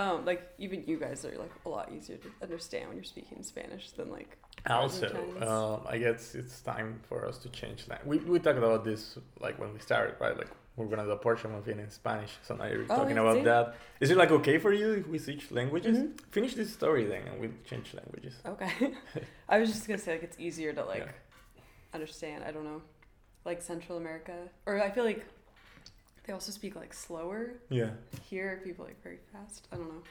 Speaker 3: Um, like even you guys are like a lot easier to understand when you're speaking Spanish than like
Speaker 1: Also,
Speaker 3: Valentine's.
Speaker 1: um, I guess it's time for us to change that. We, we talked about this like when we started, right? Like we're gonna do a portion of it in Spanish. So now you're
Speaker 3: Oh,
Speaker 1: talking
Speaker 3: yeah,
Speaker 1: about
Speaker 3: see?
Speaker 1: that. Is it Mm-hmm. like okay for you if we switch languages?
Speaker 3: Mhm.
Speaker 1: Finish this story then, and we'll change languages.
Speaker 3: okay. I was just gonna say like it's easier to like
Speaker 1: Yeah.
Speaker 3: understand. I don't know, like Central America, or I feel like they also speak like slower
Speaker 1: Yeah,
Speaker 3: here. People like very fast. I don't know.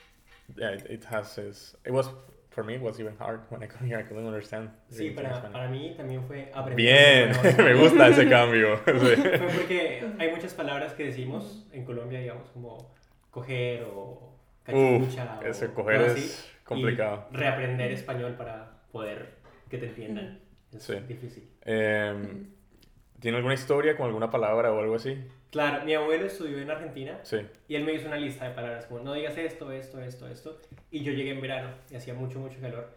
Speaker 1: yeah. It, it has its. It was for me was even hard when I come here. I couldn't understand.
Speaker 2: Sí,
Speaker 1: really
Speaker 2: para,
Speaker 1: Spanish.
Speaker 2: para mí también fue aprender.
Speaker 1: Bien, me gusta ese cambio. Sí.
Speaker 2: Fue porque hay muchas palabras que decimos en Colombia, digamos, como coger o cachucha.
Speaker 1: Uf,
Speaker 2: o
Speaker 1: ese coger
Speaker 2: cosas así.
Speaker 1: es complicado.
Speaker 2: Y reaprender español para poder que te entiendan. Es
Speaker 1: Sí.
Speaker 2: difícil.
Speaker 1: Em, ¿Tiene alguna historia con alguna palabra o algo así?
Speaker 2: Claro, mi abuelo estudió en Argentina
Speaker 1: Sí.
Speaker 2: y él me hizo una lista de palabras como no digas esto, esto, esto, esto. Y yo llegué en verano y hacía mucho, mucho calor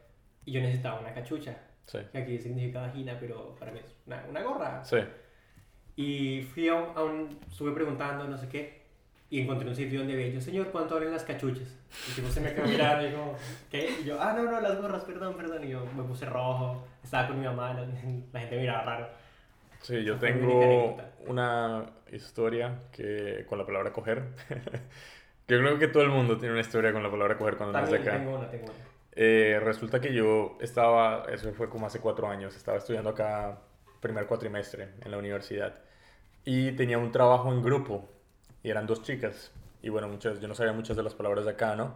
Speaker 2: y yo necesitaba una cachucha,
Speaker 1: Sí.
Speaker 2: que aquí significa vagina, pero para mí es una, una gorra.
Speaker 1: Sí.
Speaker 2: Y fui a un, a un- estuve preguntando, no sé qué, y encontré un sitio donde veía yo, señor, ¿cuánto valen las cachuchas? Y el tipo se me quedó mirando y dijo, ¿qué? Y yo, ah, no, no, las gorras, perdón, perdón. Y yo me puse rojo, estaba con mi mamá, la, la gente miraba raro.
Speaker 1: Sí, yo
Speaker 2: Esa fue mi
Speaker 1: tengo
Speaker 2: única anécdota.
Speaker 1: una historia que con la palabra coger. yo creo que todo el mundo tiene una historia con la palabra coger cuando nace
Speaker 2: También
Speaker 1: acá.
Speaker 2: tengo una, tengo una.
Speaker 1: Eh, resulta que yo estaba, eso fue como hace cuatro años, estaba estudiando acá primer cuatrimestre en la universidad y tenía un trabajo en grupo y eran dos chicas y bueno, muchas, yo no sabía muchas de las palabras de acá, ¿no?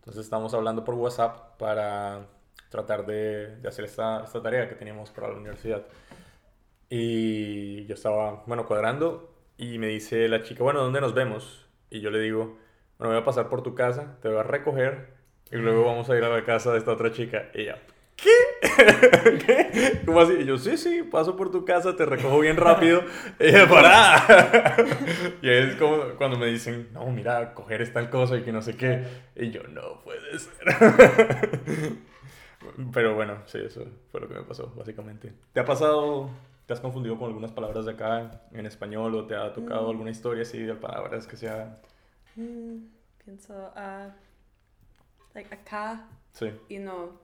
Speaker 1: Entonces estábamos hablando por WhatsApp para tratar de, de hacer esta, esta tarea que teníamos para la universidad. Y yo estaba, bueno, cuadrando y me dice la chica, bueno, ¿dónde nos vemos? Y yo le digo, bueno, voy a pasar por tu casa, te voy a recoger y luego vamos a ir a la casa de esta otra chica. Y ella, ¿qué? ¿Qué? ¿Cómo así? Y yo, sí, sí, paso por tu casa, te recojo bien rápido. Y ella, pará. Y es como cuando me dicen, no, mira, coger es tal cosa y que no sé qué. Y yo, no puede ser. Pero bueno, sí, eso fue lo que me pasó, básicamente. ¿Te ha pasado, te has confundido con algunas palabras de acá en español o te ha tocado
Speaker 3: Mm.
Speaker 1: alguna historia así de palabras que sea...
Speaker 3: Mm, pienso, uh, like acá
Speaker 1: Sí,
Speaker 3: y no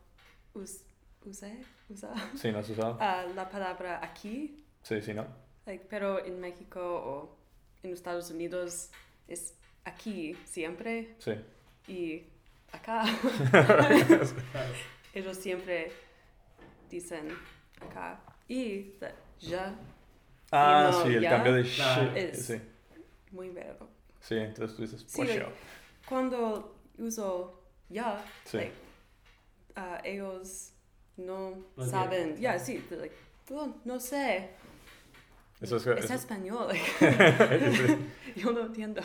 Speaker 3: us, usé, usa
Speaker 1: sí, ¿no has usado?
Speaker 3: ah, la palabra aquí,
Speaker 1: Sí, sí, ¿no?
Speaker 3: like, pero en México o en Estados Unidos es aquí siempre
Speaker 1: Sí.
Speaker 3: y acá. Ellos siempre dicen acá y the, ya,
Speaker 1: Ah,
Speaker 3: no,
Speaker 1: sí, el
Speaker 3: ya.
Speaker 1: cambio de
Speaker 2: Claro.
Speaker 1: shit.
Speaker 3: Es-
Speaker 1: Sí,
Speaker 3: muy verbo.
Speaker 1: sí, entonces tú dices,
Speaker 3: Sí,
Speaker 1: por
Speaker 3: like-
Speaker 1: show.
Speaker 3: Cuando uso ya,
Speaker 1: Sí.
Speaker 3: like, ah, ellos no
Speaker 2: No
Speaker 3: saben, ya, sí, they're like, "Well, no sé,
Speaker 1: Eso es...
Speaker 3: es
Speaker 1: eso-
Speaker 3: español, like,
Speaker 1: sí.
Speaker 3: yo no entiendo.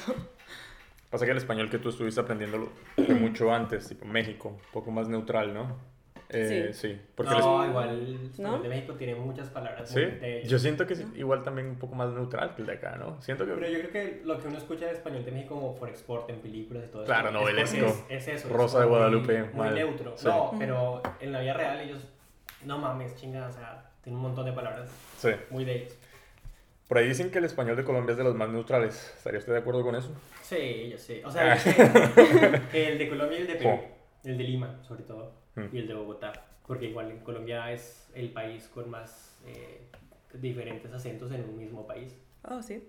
Speaker 1: Pasa que el español que tú estuviste aprendiendo mucho antes, tipo México, un poco más neutral, ¿no? Eh, sí. Porque el es-
Speaker 2: no, igual
Speaker 3: ¿No?
Speaker 2: el de México tiene muchas palabras.
Speaker 1: Sí,
Speaker 2: muy de ellos.
Speaker 1: yo siento que es
Speaker 3: ¿No?
Speaker 1: igual también un poco más neutral que el de acá, ¿no? Siento
Speaker 2: Pero
Speaker 1: que
Speaker 2: yo creo que lo que uno escucha de español de México como por export en películas y todo
Speaker 1: Claro,
Speaker 2: eso.
Speaker 1: novelesco.
Speaker 2: Es, porque es- es eso. es
Speaker 1: Rosa de
Speaker 2: como muy-
Speaker 1: Guadalupe,
Speaker 2: Muy,
Speaker 1: mal.
Speaker 2: neutro.
Speaker 1: Sí.
Speaker 2: No, pero en la vida real ellos, no mames, chinga, o sea, tienen un montón de palabras
Speaker 1: sí.
Speaker 2: muy de ellos.
Speaker 1: Por ahí dicen que el español de Colombia es de los más neutrales. ¿Estaría usted de acuerdo con eso?
Speaker 2: Sí, yo sé. O
Speaker 1: Ah.
Speaker 2: sea, yo sé que el de Colombia y el de Perú. El de Lima, sobre todo.
Speaker 1: Hmm.
Speaker 2: Y el de Bogotá. Porque igual en Colombia es el país con más eh, diferentes acentos en un mismo país
Speaker 3: Oh, sí.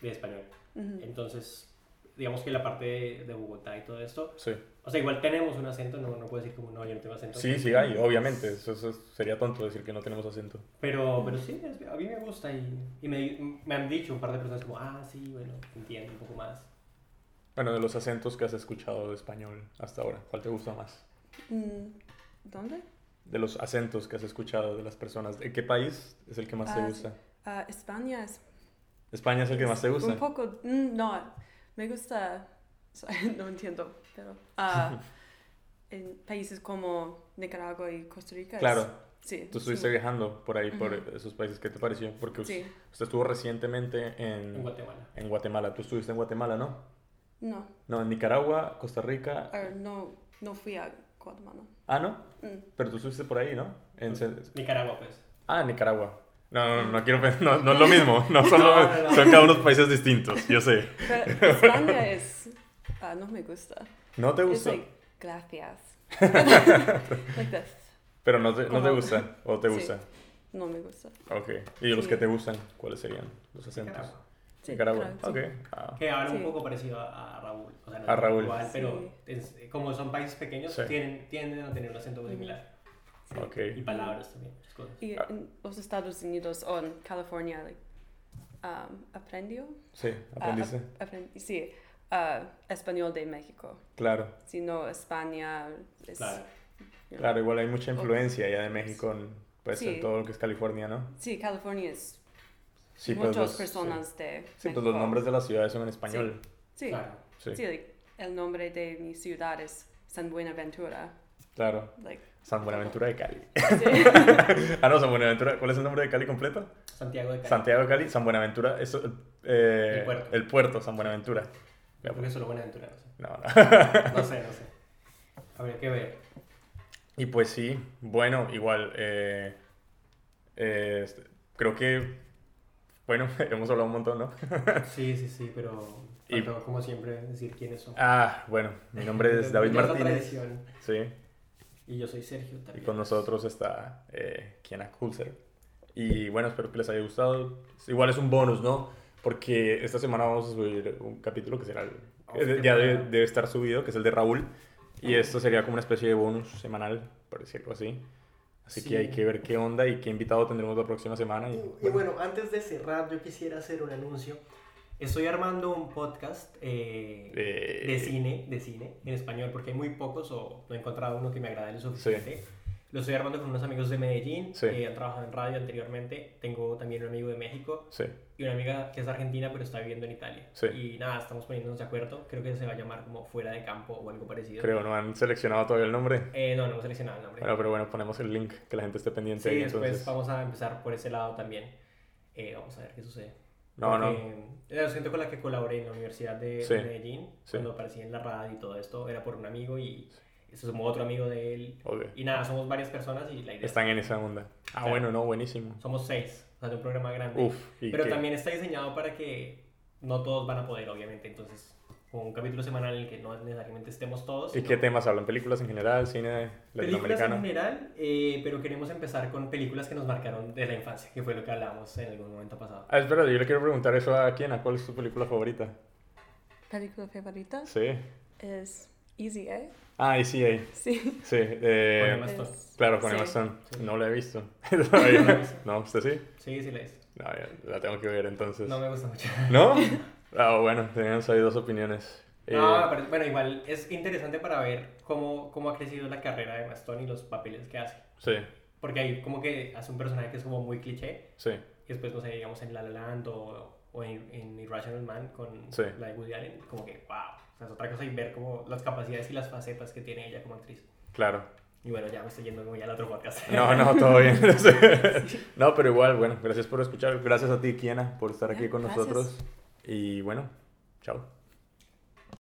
Speaker 2: de español.
Speaker 3: Ujú.
Speaker 2: Entonces, digamos que la parte de- de Bogotá y todo esto
Speaker 1: Sí.
Speaker 2: O sea, igual tenemos un acento, no, no puedo decir como no, yo no tengo acento.
Speaker 1: Sí, sí hay, obviamente. Eso, eso sería tonto decir que no tenemos acento.
Speaker 2: Pero, pero sí, es- a mí me gusta y, y me, me han dicho un par de personas como, ah, sí, bueno, entiendo un poco más.
Speaker 1: Bueno, de los acentos que has escuchado de español hasta ahora, ¿cuál te gusta más?
Speaker 3: Mm, ¿Dónde?
Speaker 1: De los acentos que has escuchado de las personas, ¿de qué país es el que más te
Speaker 3: Ah,
Speaker 1: gusta?
Speaker 3: Ah, España es
Speaker 1: España es el que más te gusta.
Speaker 3: un poco, mm, no, me gusta, sorry, no entiendo, pero ah, en países como Nicaragua y Costa Rica. es-
Speaker 1: Claro,
Speaker 3: sí.
Speaker 1: tú
Speaker 3: es
Speaker 1: estuviste
Speaker 3: un-
Speaker 1: viajando por ahí, por
Speaker 3: Ujú.
Speaker 1: esos países. ¿Qué te pareció? Porque
Speaker 3: Sí.
Speaker 1: usted estuvo recientemente
Speaker 2: En
Speaker 1: en,
Speaker 2: Guatemala.
Speaker 1: en Guatemala. Tú estuviste en Guatemala, ¿no?
Speaker 3: No,
Speaker 1: No, en Nicaragua, Costa Rica.
Speaker 3: er, no, no fui a Guatemala.
Speaker 1: Ah, no,
Speaker 3: Mm.
Speaker 1: pero tú estuviste por ahí, ¿no? En ce-
Speaker 2: Nicaragua, pues.
Speaker 1: Ah, en Nicaragua. No, no, no, no quiero pensar, no, no es lo mismo, no, son, lo-
Speaker 2: No, no, no.
Speaker 1: son cada uno países distintos, yo sé.
Speaker 3: Pero España es, ah, no me gusta.
Speaker 1: ¿No te
Speaker 3: Es
Speaker 1: gusta?
Speaker 3: like, gracias. like this.
Speaker 1: Pero no te, no te
Speaker 3: Como-
Speaker 1: gusta, o te
Speaker 3: Sí.
Speaker 1: gusta.
Speaker 3: No me gusta.
Speaker 1: Ok. ¿Y los que
Speaker 3: Sí.
Speaker 1: te gustan, cuáles serían los acentos?
Speaker 2: Nicaragua.
Speaker 3: Sí,
Speaker 1: Nicaragua.
Speaker 3: claro,
Speaker 1: Ok.
Speaker 3: sí.
Speaker 1: ah,
Speaker 2: Que habla un
Speaker 3: Sí.
Speaker 2: poco parecido a, a Raúl. O sea, no
Speaker 1: A
Speaker 2: es
Speaker 1: Raúl.
Speaker 2: Igual, pero
Speaker 3: Sí.
Speaker 2: es- como son países pequeños,
Speaker 1: Sí.
Speaker 2: tienen, tienden a tener un acento muy similar.
Speaker 3: Sí.
Speaker 1: ok.
Speaker 2: Y palabras también, muchas cosas.
Speaker 3: Y
Speaker 1: Ah.
Speaker 3: en los Estados Unidos o en California, like, um, aprendió.
Speaker 1: Sí, aprendiste.
Speaker 3: ah, ap- aprend- sí, ah, español de México.
Speaker 1: Claro.
Speaker 3: Si no, España es
Speaker 2: Claro.
Speaker 1: Claro, igual hay mucha influencia ya de México en pues, en
Speaker 3: Sí.
Speaker 1: todo lo que es California, ¿no?
Speaker 3: Sí, California es
Speaker 1: Sí, pues,
Speaker 3: muchas
Speaker 1: los-
Speaker 3: personas de
Speaker 1: Sí, pues los
Speaker 3: México.
Speaker 1: nombres de las ciudades son en español.
Speaker 3: Sí,
Speaker 2: Claro.
Speaker 1: Sí,
Speaker 3: sí, like, el nombre de mi ciudad es San Buenaventura.
Speaker 1: claro.
Speaker 3: Like,
Speaker 1: San Buenaventura de Cali.
Speaker 3: sí.
Speaker 1: ah, no, San Buenaventura. ¿Cuál es el nombre de Cali completo?
Speaker 2: Santiago de Cali.
Speaker 1: Santiago de Cali, San Buenaventura. Eso, eh,
Speaker 2: El puerto.
Speaker 1: el puerto, San Buenaventura. Ya,
Speaker 2: Porque
Speaker 1: pues,
Speaker 2: solo Buenaventura, no sé.
Speaker 1: no, no.
Speaker 2: No sé, no sé. Habría que ver.
Speaker 1: Y pues sí, bueno, igual, eh, eh, este, creo que, bueno, hemos hablado un montón, ¿no?
Speaker 2: Sí, sí, sí, pero
Speaker 1: Y-
Speaker 2: faltó, como siempre, decir quiénes son.
Speaker 1: Ah, bueno, mi nombre es David
Speaker 2: Ya es la
Speaker 1: Martínez,
Speaker 2: tradición.
Speaker 1: sí,
Speaker 2: Y yo soy Sergio
Speaker 1: y
Speaker 2: también.
Speaker 1: con nosotros está eh, Kiana Kulser. Y bueno, espero que les haya gustado. Igual es un bonus, ¿no? Porque esta semana vamos a subir un capítulo que será, el-
Speaker 2: Oh,
Speaker 1: eh,
Speaker 2: qué
Speaker 1: ya
Speaker 2: bueno.
Speaker 1: debe, debe estar subido, que es el de Raúl. Y esto sería como una especie de bonus semanal, por decirlo así. Así
Speaker 2: Sí. Uh,
Speaker 1: que hay que ver qué onda y qué invitado tendremos la próxima semana. Y,
Speaker 2: Y, y bueno, antes de cerrar, yo quisiera hacer un anuncio. Estoy armando un podcast eh,
Speaker 1: Eh,
Speaker 2: de cine, de cine, en español, porque hay muy pocos o no he encontrado uno que me agrade lo suficiente. Lo estoy armando con unos amigos de Medellín
Speaker 1: Sí.
Speaker 2: que han trabajado en radio anteriormente. Tengo también un amigo de México
Speaker 1: Sí,
Speaker 2: y una amiga que es argentina pero está viviendo en Italia.
Speaker 1: Sí.
Speaker 2: Y nada, estamos poniéndonos de acuerdo. Creo que se va a llamar como Fuera de Campo o algo parecido.
Speaker 1: creo, no han seleccionado todavía el nombre.
Speaker 2: Eh, no, no hemos seleccionado el nombre.
Speaker 1: Bueno, pero bueno, ponemos el link, que la gente esté pendiente.
Speaker 2: sí,
Speaker 1: ahí,
Speaker 2: después
Speaker 1: entonces.
Speaker 2: vamos a empezar por ese lado también. Eh, vamos a ver qué sucede.
Speaker 1: No, no.
Speaker 2: Era docente con eh, la que colaboré en la Universidad de
Speaker 1: Sí.
Speaker 2: Medellín,
Speaker 1: Sí.
Speaker 2: cuando aparecí en la radio y todo esto, era por un amigo y se sumó otro amigo de él.
Speaker 1: Ok.
Speaker 2: Y nada, somos varias personas y la idea.
Speaker 1: Están en esa onda. Ah,
Speaker 2: Claro.
Speaker 1: bueno, no, buenísimo.
Speaker 2: Somos seis, o sea, de un programa grande.
Speaker 1: Uf, y
Speaker 2: Pero
Speaker 1: que-
Speaker 2: también está diseñado para que no todos van a poder, obviamente. Entonces, con un capítulo semanal en el que no necesariamente estemos todos.
Speaker 1: ¿Y
Speaker 2: sino
Speaker 1: qué temas hablan? ¿Películas en general? ¿Cine
Speaker 2: Películas en
Speaker 1: latinoamericano?
Speaker 2: general, eh, pero queremos empezar con películas que nos marcaron de la infancia, que fue lo que hablábamos en algún momento pasado.
Speaker 1: Ah, espera, yo le quiero preguntar eso a quién, a cuál es tu película favorita.
Speaker 3: Película favorita
Speaker 1: Sí.
Speaker 3: es Easy A.
Speaker 1: Ah, y sí, ahí.
Speaker 3: Sí.
Speaker 1: Sí. eh,
Speaker 2: Con Emma Stone.
Speaker 3: es-
Speaker 1: Claro, con
Speaker 3: sí.
Speaker 1: Emma Stone.
Speaker 2: Sí.
Speaker 1: No la he visto. Todavía.
Speaker 2: ¿No la viste?
Speaker 1: no, ¿usted sí?
Speaker 2: Sí, sí la es.
Speaker 1: No, ya, la tengo que ver entonces.
Speaker 2: No me gusta mucho.
Speaker 1: ¿No? Ah, bueno, tenemos ahí dos opiniones. Eh,
Speaker 2: No, pero bueno, igual es interesante para ver cómo, cómo ha crecido la carrera de Maston y los papeles que hace.
Speaker 1: Sí,
Speaker 2: Porque ahí como que hace un personaje que es como muy cliché.
Speaker 1: sí.
Speaker 2: Y después, no sé, digamos en La La Land o, o en, en Irrational Man con
Speaker 1: Sí.
Speaker 2: la de Woody Allen. Como que, wow. O sea, es otra cosa y ver como las capacidades y las facetas que tiene ella como actriz.
Speaker 1: Claro.
Speaker 2: Y bueno, ya me estoy yendo como ya al otro podcast.
Speaker 1: No, no, todo bien. no, pero igual, bueno, gracias por escuchar. Gracias a ti, Kiana, por estar aquí con
Speaker 3: Gracias.
Speaker 1: nosotros. Y bueno, chao.